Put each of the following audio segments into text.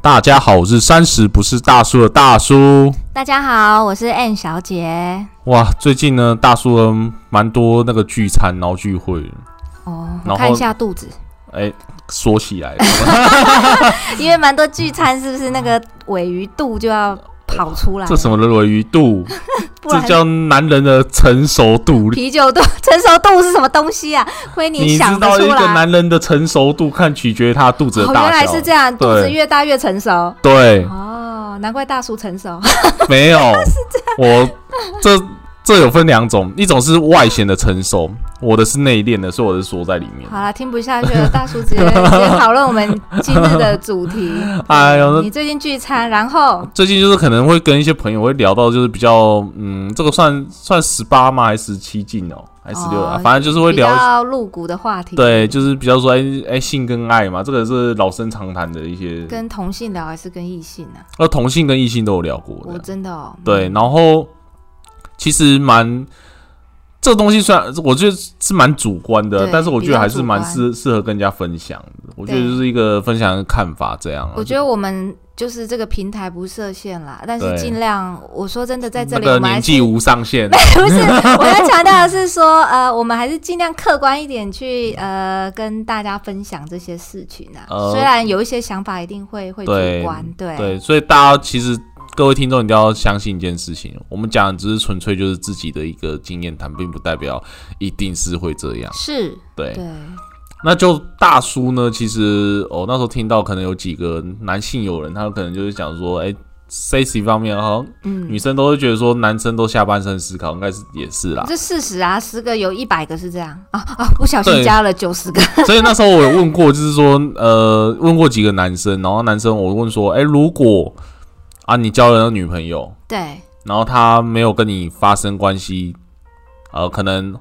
大家好，我是三十不是大叔的大叔。大家好，我是 N 小姐。哇，最近呢，大叔呢蛮多那个聚餐，然后聚会的，哦，然后我看一下肚子，哎，说起 来了，因为蛮多聚餐，是不是那个尾鱼肚就要跑出来？这什么的尾鱼肚， 不这然叫男人的成熟度。啤酒肚、成熟度是什么东西啊？亏你想知得道出一个来。男人的成熟度，看取决于他肚子哦，的原大来小。是这样，肚子对嗯越大越成熟。 对，哦，难怪大叔成熟。没有，我这这有分两种，一种是外显的成熟，我的是内敛的，所以我是缩在里面。好啦，听不下去了，大叔直接直接讨论我们今日的主题。 哎呦，那你最近聚餐，然后最近就是可能会跟一些朋友会聊到，就是比较嗯，这个算算十八吗？还是十七禁哦？还是十六、啊哦？反正就是会比聊，较露骨的话题，，对，就是比较说哎哎性跟爱嘛，这个是老生常谈的一些，跟同性聊还是跟异性啊？呃，同性跟异性都有聊过我的，真的哦，对，然后其实蛮。这个东西虽然我觉得是蛮主观的，对但是我觉比得较还是蛮主观适适合跟人家分享的。我觉得对就是一个分享的看法这样啊。我觉得我们就是这个平台不设限啦，但对是尽量，我说真的，在这那里个我们还年是纪无上限，啊 不是我要强调的是说，呃，我们还是尽量客观一点去呃跟大家分享这些事情啊。呃虽然有一些想法一定会会主对观，对对，所以大家其实各位听众，你都要相信一件事情，我们讲的只是纯粹就是自己的一个经验谈，并不代表一定是会这样。是，对，对，那就大叔呢，其实我、哦、那时候听到可能有几个男性友人，他可能就是讲说，哎、sexy 方面好像女嗯，生都会觉得说，男生都下半身思考，应该是也是啦。这事实啊，十个有一百个是这样啊啊，不小心对加了九十个，所以那时候我有问过，就是说，呃，问过几个男生，然后男生我问说，哎、如果啊你交了那个女朋友，对，然后他没有跟你发生关系，呃，可能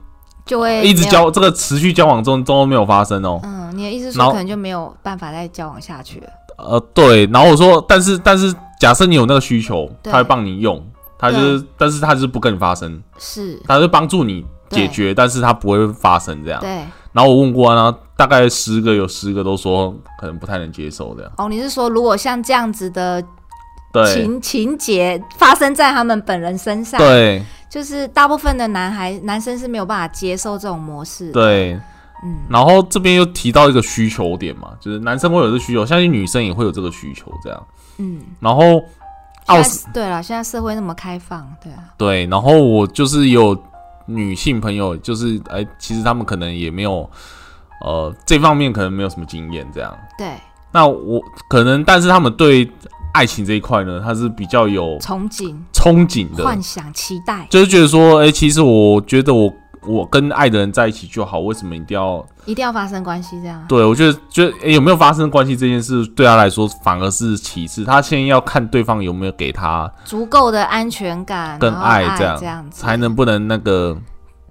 就会一直哎没有。交这个持续交往中中都没有发生哦。嗯，你的意思是然说后可能就没有办法再交往下去了？呃，对，然后我说，但是但是，假设你有那个需求，对他会帮你用，他就是，但是他就是不跟你发生，是，他就帮助你解对决，但是他不会发生这样。对。然后我问过啊，然后大概十个有十个都说可能不太能接受这样。哦，你是说如果像这样子的对情情节发生在他们本人身上，对就是大部分的男孩男生是没有办法接受这种模式。，对，嗯，然后这边又提到一个需求点嘛，就是男生会有这个需求，相信女生也会有这个需求这样。嗯，然后奥现斯在对了，现在社会那么开放，对啊，对，然后我就是有女性朋友，就是哎、其实他们可能也没有，呃，这方面可能没有什么经验这样。对，那我可能，但是他们对爱情这一块呢，他是比较有憧憬、憧憬的，幻想、期待，就是觉得说，哎、其实我觉得我我跟爱的人在一起就好，为什么一定要？一定要发生关系这样。对我觉得，觉得、哎有没有发生关系这件事，对他来说反而是其次，他现在要看对方有没有给他，足够的安全感跟然后爱爱这样这样子才能不能那个。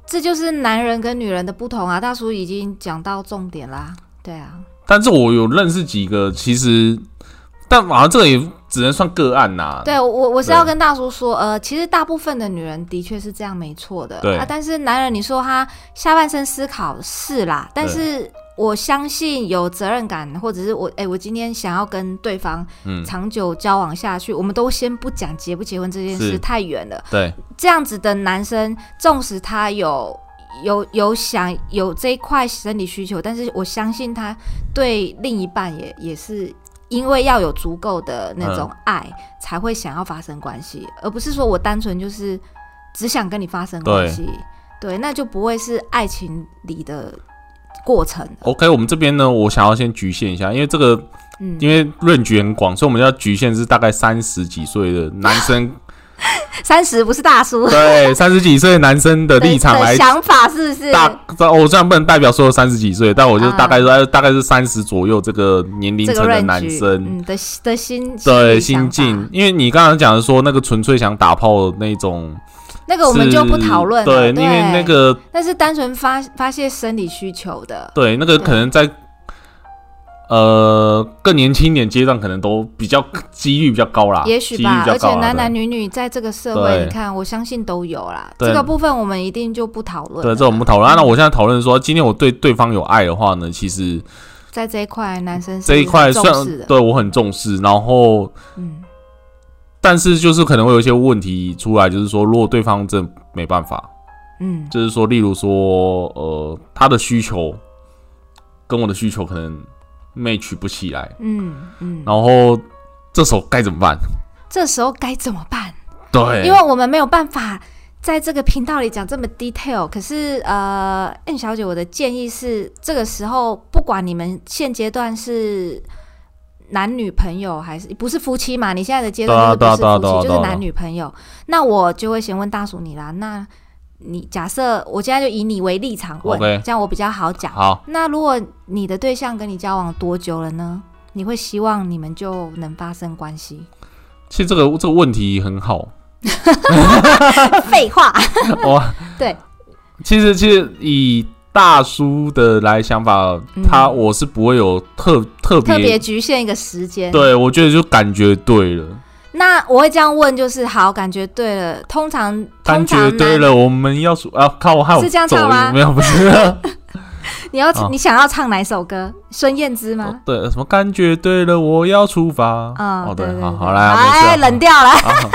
这就是男人跟女人的不同啊。大叔已经讲到重点啦，对啊，但是我有认识几个，其实，但好像这个也只能算个案呐、对我我是要对跟大叔说，呃，其实大部分的女人的确是这样，没错的。对啊，但是男人，你说他下半身思考是啦，但对是我相信有责任感，或者是我，哎、我今天想要跟对方嗯，长久交往下去，我们都先不讲结不结婚这件是事太远了。对这样子的男生，纵使他有有有想有这一块生理需求，但是我相信他对另一半也也是因为要有足够的那种爱，才会想要发生关系，而不是说我单纯就是只想跟你发生关系，对，那就不会是爱情里的过程了。 ，OK，我们这边呢，我想要先局限一下，因为这个嗯，因为论局很广，所以我们要局限是大概三十几岁的男 生，三十不是大叔对，三十几岁男生的立场的来。想法是不是？大，我虽然不能代表所有三十几岁，但我就啊大概说，大概是三十左右这个年龄这层个的 range，男生，嗯的的心对心理想心法境。因为你刚刚讲的说那个纯粹想打炮的那种，那个我们是就不讨论了。对，因为那个那是单纯发发泄生理需求的，对，那个对可能在呃更年轻一点阶段，可能都比较几率比较高啦，也许几率吧啊比。较而且高啦男男对女女在这个社对会，你看，我相信都有啦。对这个部分我们一定就不讨论了。对，这我们不讨论。啊那我现在讨论说，今天我对对方有爱的话呢，其实在这一块男生是这一块很虽重视然的，对我很重视，然后嗯，但是就是可能会有一些问题出来，就是说如果对方真的没办法，嗯就是说例如说呃他的需求跟我的需求可能 match 不起来，嗯嗯，然后这时候该怎么办？这时候该怎么办？对，因为我们没有办法在这个频道里讲这么 detail。可是呃，N 小姐，我的建议是，这个时候不管你们现阶段是男女朋友还是不是夫妻嘛，你现在的阶段就对啊是不对啊是对啊夫妻，对啊就是对啊男女朋友。那我就会先问大叔你啦，那。你假设我现在就以你为立场问 OK 这样我比较好讲。好，那如果你的对象跟你交往多久了呢？你会希望你们就能发生关系？其实这个这个问题很 好，废话，哇，对，其实其实以大叔的来想法，嗯他我是不会有特特特别别，局限一个时间。对我觉得就感觉对了，那我会这样问，就是好，感觉对了。通常，感通觉常对呢，了，我们要说啊，靠，我害我是这样走唱吗啊音没有不 是，你要、哦你想要唱哪首歌？孙燕姿吗？对，什么感觉对了，我要出发，啊、哦对对好对好来啊，没事 啊哎，冷掉了。 好好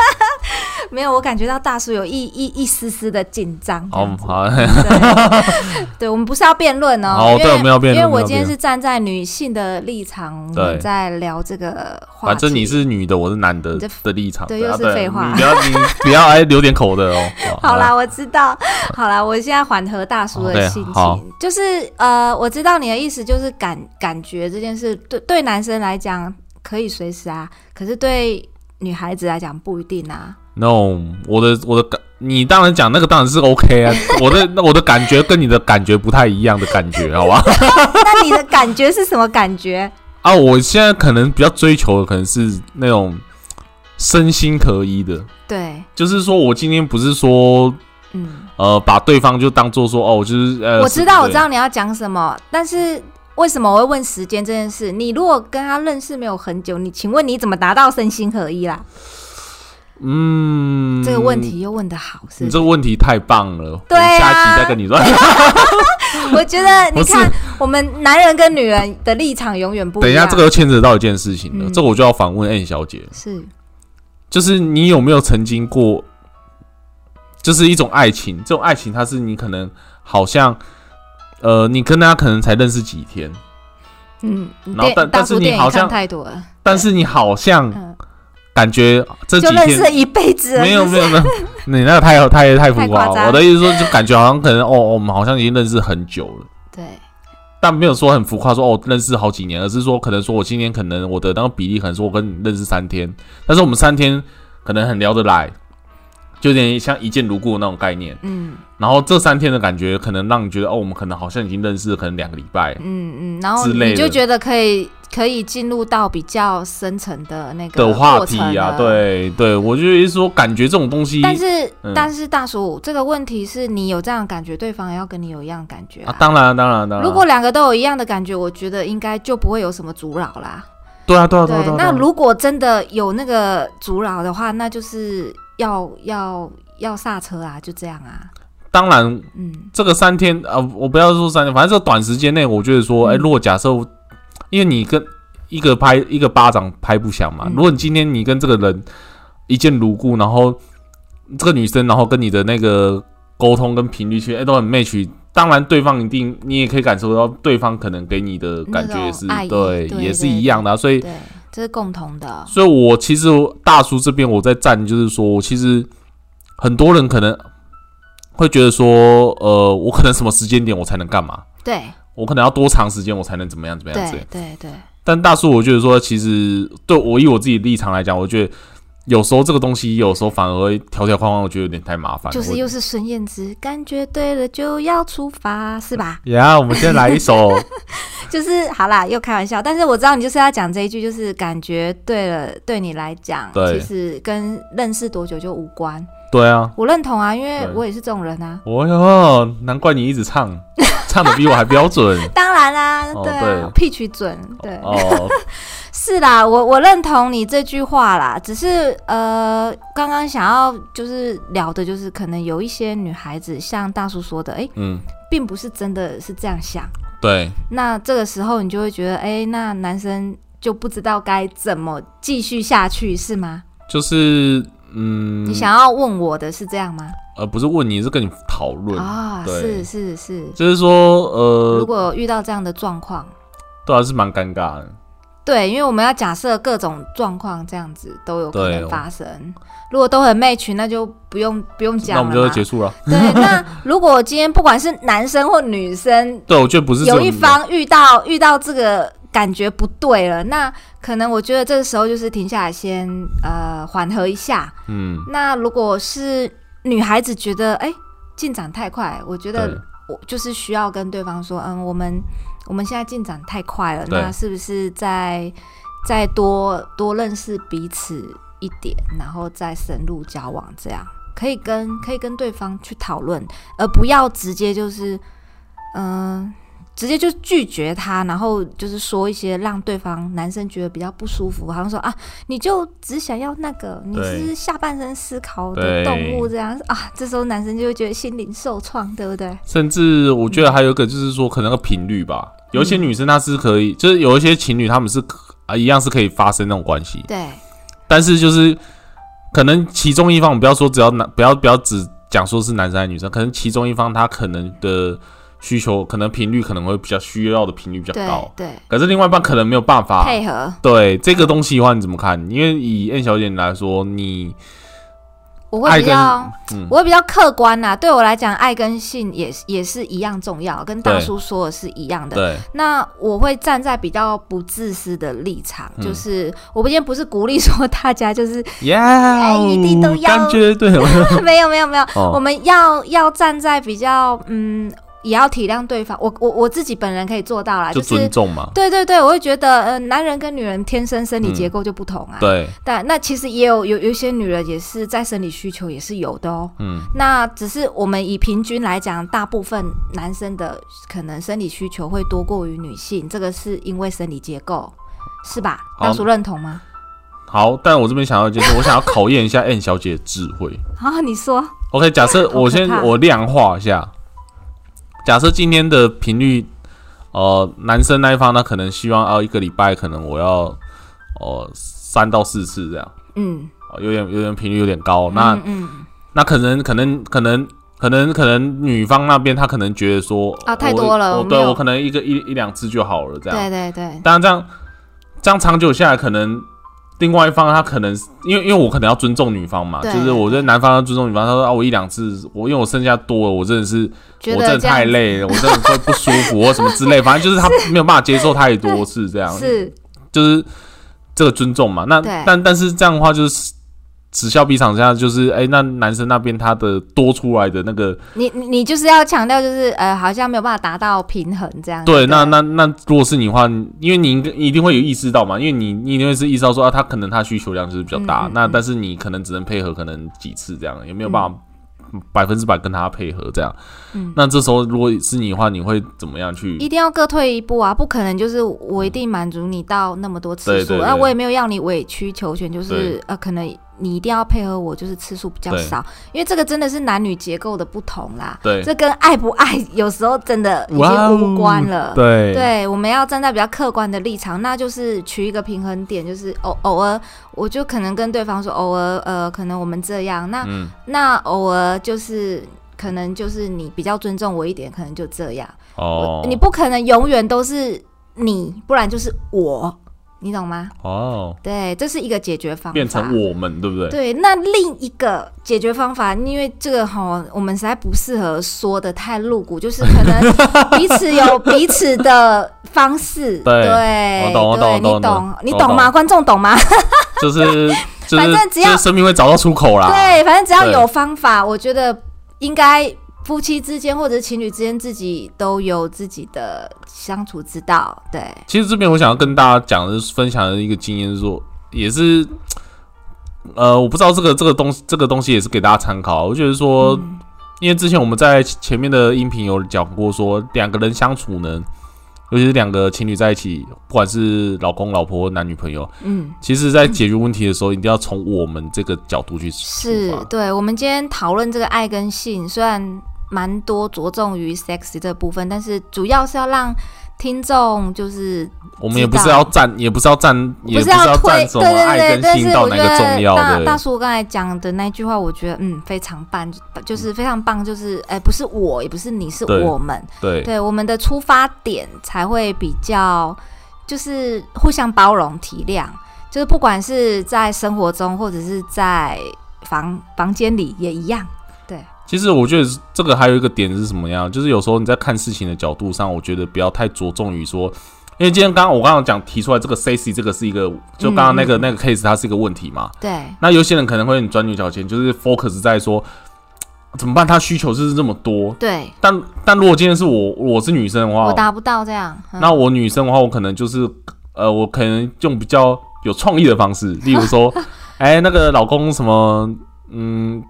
没有，我感觉到大叔有一一一丝丝的紧张。这样 好子好，对 对，我们不是要辩论哦，好因对为我们要辩论因为我们我要今辩天论是站在女性的立场，我对们在聊这个话题。反正你是女的，我是男的你这的立场，对啊又是废话你不要你不要哎留点口的哦， 好啦，啦，我知道，好啦，我现在缓和大叔的 OK，心哦好情，就是呃，我知道你的意思，就是感感觉这件事对对男生来讲可以随时啊，可是对女孩子来讲不一定 啊。 No，我的我的感，你当然讲那个当然是 OK 啊， 我的那我的感觉跟你的感觉不太一样的感觉，好吧？ 那你的感觉是什么感觉？啊，我现在可能比较追求的可能是那种身心合一的，对，就是说我今天不是说嗯，呃把对方就当做说哦，我就是呃，我知道，我对知道你要讲什么，但是。为什么我会问时间这件事？你如果跟他认识没有很久，你请问你怎么达到身心合一啦？嗯这个问。题又问得好，你是不是这个问题太棒了，对啊我下期再跟你说。 我觉得你不是看，我们男人跟女人的立场永远不等一一下，样。这个又牵扯到一件事情了，啊嗯这我就要反问 N 小姐了，是就是你有没有曾经过，就是一种爱情，这种爱情它是你可能好像，呃，你跟他可能才认识几天，嗯，然后电但大但是叔你电好影像看太多了，但是你好像嗯，感觉这就几认识了天。一辈子了，没有是不没有没有，你那个太太太浮太夸夸了。张我的意思说，就感觉好像可能哦，我们好像已经认识很久了，是对，但没有说很浮夸，说哦认识好几年，而是说可能说我今天可能我的那个比例可能说我跟你认识三天，但是我们三天可能很聊得来，就有点像一见如故的那种概念。嗯然后这三天的感觉，可能让你觉得哦，我们可能好像已经认识了，可能两个礼拜。嗯嗯，然后之类你的就觉得可以可以进入到比较深层的那个的话过题程啊，了。对对，我就一说感觉这种东西，但是、嗯但是大叔，这个问题是你有这样的感觉，对方也要跟你有一样的感觉啊，当然当然当然，如果两个都有一样的感觉，我觉得应该就不会有什么阻扰啦。对啊对啊对啊对对啊，，那对啊如果真的有那个阻扰的话，那就是要要要刹车啊，就这样啊，当然嗯这个三天啊，我不要说三天，反正这个短时间内，我觉得说，嗯哎、如果假设，因为你跟一个拍一个巴掌拍不响嘛，嗯如果你今天你跟这个人一见如故，然后这个女生，然后跟你的那个沟通跟频率去，哎、都很 match。当然，对方一定你也可以感受到，对方可能给你的感觉那也种是爱意对，对也是对一样的、啊。所以，对，这是共同的，所以我其实大叔这边我在站，就是说呃我其实很多人可能会觉得说，呃，我可能什么时间点我才能干嘛？对我可能要多长时间我才能怎么样怎么样之类对。对对，但大叔，我觉得说，其实对我以我自己立场来讲，我觉得有时候这个东西，有时候反而会条条框框，我觉得有点太麻烦了。就是又是孙燕姿，感觉对了就要出发，是吧？ 呀，我们先来一首就是好啦，又开玩笑，但是我知道你就是要讲这一句，就是感觉对了，对你来讲，对其实跟认识多久就无关，对啊，我认同啊，因为对我也是这种人啊。哦哟，难怪你一直唱，唱的比我还标准当然啦、哦对对啊，屁取准，对，哦。是啦，我我认同你这句话啦，只是呃，刚刚想要就是聊的，就是可能有一些女孩子像大叔说的，哎、嗯，并不是真的是这样想，对，那这个时候你就会觉得，哎、那男生就不知道该怎么继续下去，是吗？就是嗯你，想要问我的是这样吗？呃，不是问你，是跟你讨论，啊、对是是是。就是说如呃，果遇到这样的状况，对啊，是蛮尴尬的。对，因为我们要假设各种状况这样子都有可对能发生。如果都很 match，那就不用不用讲那了我嘛。们就结束了。 对，那如果今天不管是男生或女生，对，我觉得不是这有种一方遇到遇到这个感觉不对了，那可能我觉得这个时候就是停下来先呃缓和一下。嗯，那如果是女孩子觉得哎进展太快，我觉对得我就是需要跟对方说，嗯，我们我们现在进展太快了，对那是不是再再多多认识彼此一点，然后再深入交往，这样可以跟可以跟对方去讨论，而呃不要直接就是嗯。直接就拒绝他，然后就是说一些让对方男生觉得比较不舒服，好像说啊，你就只想要那个，你对是下半身思考对的动物这样啊，这时候男生就会觉得心灵受创，对不对？甚至我觉得还有一个就是说，可能个频率吧。有一些女生她是可以，就是有一些情侣他们是可啊，一样是可以发生那种关系，对，但是就是可能其中一方，不要说只要男，不要不要只讲说是男生还是女生，可能其中一方他可能的需求，可能频率可能会比较需要的频率比较对高，，啊对，可是另外一半可能没有办法配合，对这个东西的话，你怎么看？因为以 N 小姐来说，你我爱会比跟较，嗯我会比较客观呐、对我来讲，爱跟性也是也是一样重要，跟大对叔说的是一样的。 对那我会站在比较不自私的立场，嗯就是我今天不是鼓励说大家就是 呀，哎一定都要感觉对，没有没有没有，我哦，们要要站在比较嗯，也要体谅对方。我我我自己本人可以做到啦，就是尊重嘛， 对对对，我会觉得呃，男人跟女人天生生理结构就不同啊。嗯对，但那其实也有有有一些女人也是在生理需求也是有的哦。嗯。那只是我们以平均来讲，大部分男生的可能生理需求会多过于女性，这个是因为生理结构，是吧？好大叔认同吗？好，但我这边想要就是，我想要考验一下 N 小姐的智慧。啊，你说 OK，假设好可我先怕我量化一下，假设今天的频率，呃，男生那一方他可能希望要啊一个礼拜，可能我要呃三到四次这样，嗯，哦有点有点频率有点高。那、嗯嗯那可能可能可能可能可能女方那边她可能觉得说啊太我多了我哦没对有我可能一个一一两次就好了这样。对对对，当然这样这样长久下来，可能另外一方他可能因为因为我可能要尊重女方嘛，就对是我觉得男方要尊重女方，他说啊我一两次，我因为我剩下多了，我真的是觉我真得的这样太子累了，我真的会不舒服或什么之类，反正就是他没有办法接受太多次这样， 是就是这个尊重嘛。那对但但是这样的话就是。此消彼长，这样就是哎、那男生那边他的多出来的那个，你你你就是要强调，就是呃，好像没有办法达到平衡这样。对，那那那，如果是你的话，你因为你应该你一定会有意识到嘛，因为你你一定会是意识到说啊，他可能他需求量就是比较大，嗯嗯那嗯但是你可能只能配合可能几次这样，也没有办法百分之百跟他配合这样。嗯那这时候如果是你的话，你会怎么样去？一定要各退一步啊，不可能就是我一定满足你到那么多次对数，对对那我也没有要你委曲求全，就对是呃，可能你一定要配合我，就是次数比较对少，因为这个真的是男女结构的不同啦，对这跟爱不爱有时候真的已哇哦经无关了。对对，我们要站在比较客观的立场，那就是取一个平衡点，就是偶偶尔，我就可能跟对方说，偶尔呃，可能我们这样，那、嗯那偶尔就是可能就是你比较尊重我一点，可能就这样，哦我，你不可能永远都是你，不然就是我，你懂吗？哦，对，这是一个解决方法。变成我们对不对？对，那另一个解决方法，因为这个哈，我们实在不适合说的太露骨，就是 可能彼此有彼此的方式。对对我懂我懂对我懂我你懂懂，你我懂吗？懂观众懂吗？ 就是就反是正只要就是生命会找到出口啦。对，反正只要对有方法，我觉得应该夫妻之间或者是情侣之间自己都有自己的相处之道。对，其实这边我想要跟大家讲的是分享的一个经验，是说也是，呃，我不知道这个这个东西这个东西也是给大家参考。我觉得说，嗯因为之前我们在前面的音频有讲过说两个人相处呢，尤其是两个情侣在一起，不管是老公、老婆、男女朋友，嗯。其实在解决问题的时候，一定要从我们这个角度去出是发。对，我们今天讨论这个爱跟性，虽然蛮多着重于 sex 这部分，但是主要是要让听众就是我们也不是要站，也不是要站，也不是是要推站什对么对爱对，跟但是性到我觉哪个重得要大大的。叔刚才讲的那句话，我觉得嗯非常棒，就是非常棒，就是哎、不是我，也不是你，是对我们，对，对我们的出发点才会比较，就是互相包容体谅，就是不管是在生活中或者是在房房间里也一样。其实我觉得这个还有一个点是什么样，就是有时候你在看事情的角度上，我觉得不要太着重于说。因为今天刚刚我刚刚讲提出来这个 sexy 这个是一个，就刚刚那个、嗯嗯那个 case 它是一个问题嘛，对，那有些人可能会很钻牛角尖，就是 focus 在说怎么办？他需求就是这么多，对但但如果今天是我我是女生的话我，达不到这样。嗯那我女生的话，我可能就是呃，我可能用比较有创意的方 式，例如说，哎、那个老公什么，嗯，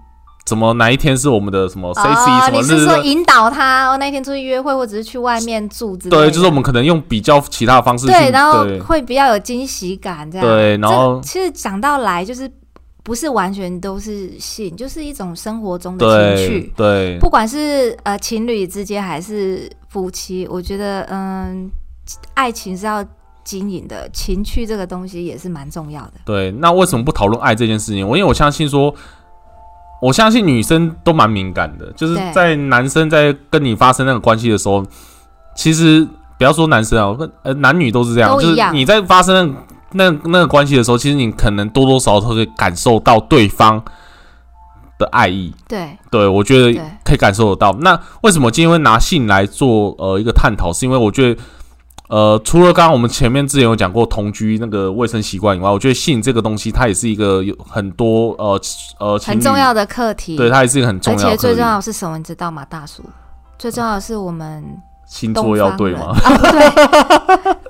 怎么哪一天是我们的什么 sexy、哦什，么你日是日说引导他哦？那一天出去约会，或者是去外面住之类的？对，就是我们可能用比较其他的方式去对，然后啊对会比较有惊喜感这样。对，然后这其实讲到来，就是不是完全都是性，就是一种生活中的对情趣。对不管是呃情侣之间还是夫妻，我觉得嗯，爱情是要经营的，情趣这个东西也是蛮重要的。对，那为什么不讨论爱这件事情？我因为我相信说，我相信女生都蛮敏感的，就是对在男生在跟你发生那个关系的时候，其实不要说男生啊，我跟呃男女都是这样，都就一是样你在发生那那那个关系的时候，其实你可能多多少少会感受到对方的爱意。对对，我觉得对可以感受得到。那为什么今天会拿性来做呃一个探讨？是因为我觉得，呃，除了刚刚我们前面之前有讲过同居那个卫生习惯以外，我觉得性这个东西它也是一个有很多呃呃情很侣重，要的课题。对，它也是一个很重而要的且最课题重要的是什么？你知道吗，大叔？最重要的是我们星东座要方对人吗？啊，对，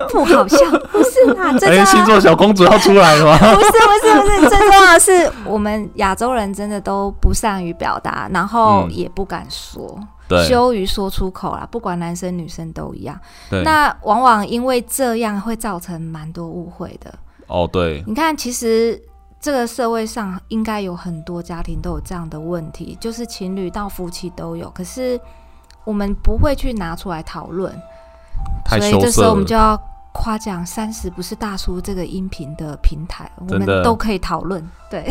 不好笑，不是啦，最重 哎，要星座小公主要出来了 吗？不是不是不是，最重要的是我们亚洲人真的都不善于表达，然后嗯也不敢说，对羞于说出口啦，不管男生女生都一样。对，那往往因为这样会造成蛮多误会的。哦对你看，其实这个社会上应该有很多家庭都有这样的问题，就是情侣到夫妻都有，可是我们不会去拿出来讨论，太所以羞这时候涩我们了。就要。夸奖三十不是大叔这个音频的平台，我真们的都可以讨论，对，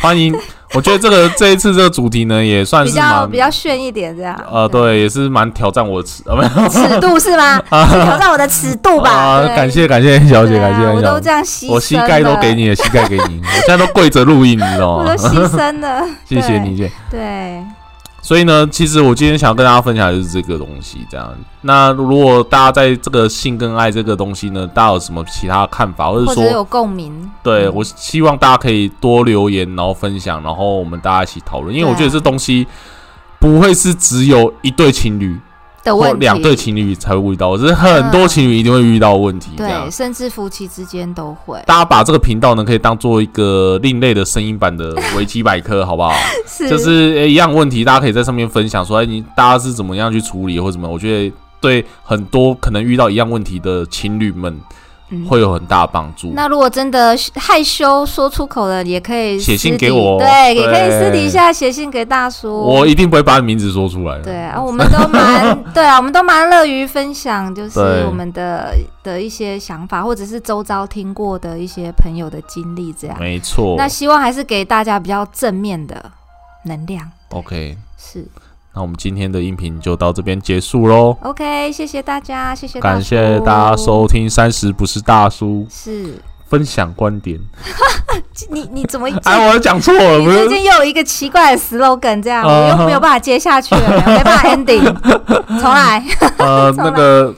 欢 迎，我觉得这个这一次这个主题呢，也算比是较蛮比较炫一点这样。呃，对，也是蛮挑战我的尺啊，不是尺度是吗？是挑战我的尺度吧？啊，对感谢感谢小姐，对啊感谢我小都姐这。样牺牲，我膝盖都给，你了，膝盖给你，我现在都跪着录音，你知 道我吗。都？牺牲了谢谢你，谢谢。对。所以呢，其实我今天想要跟大家分享的就是这个东西，这样。那如果大家在这个性跟爱这个东西呢，大家有什么其他看法，或对，者或者说，是有共鸣。对嗯我希望大家可以多留言，然后分享，然后我们大家一起讨论，因为对啊我觉得这东西不会是只有一对情侣的或问题，两对情侣才会遇到，只是很多嗯情侣一定会遇到的问题，这样对，。甚至夫妻之间都会。大家把这个频道呢，可以当做一个另类的声音版的维基百科，好不好？ 是 就是、诶一样问题，大家可以在上面分享说，哎，你大家是怎么样去处理或怎么样？我觉得对很多可能遇到一样问题的情侣们嗯会有很大帮助。那如果真的害羞说出口的，也可以写信私底给我对，也可以对私底下写信给大叔。我一定不会把你名字说出来。对 啊，我们都蛮对啊，我们都蛮乐于分享，就是对我们的的一些想法，或者是周遭听过的一些朋友的经历这样。没错那。希望还是给大家比较正面的能量。 OK，是那我们今天的音频就到这边结束喽。 OK，谢谢大家，谢谢大感谢叔大家。收听《三十不是大叔》，是分享观点。你你怎 么最哎，我讲错了，你不是最近又有一个奇怪的 slogan，这样我啊又没有办法接下去了，没办法 ending，重来。呃，重那来个，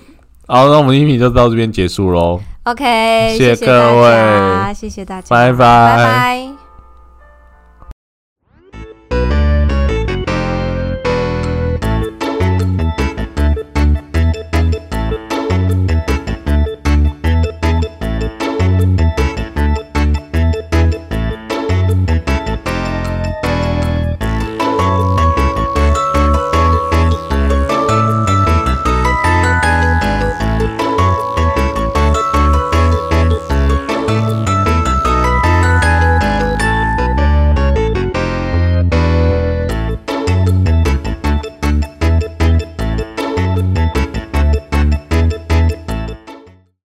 好，那我们音频就到这边结束喽， OK，谢谢各位大家谢谢大家，拜拜拜拜。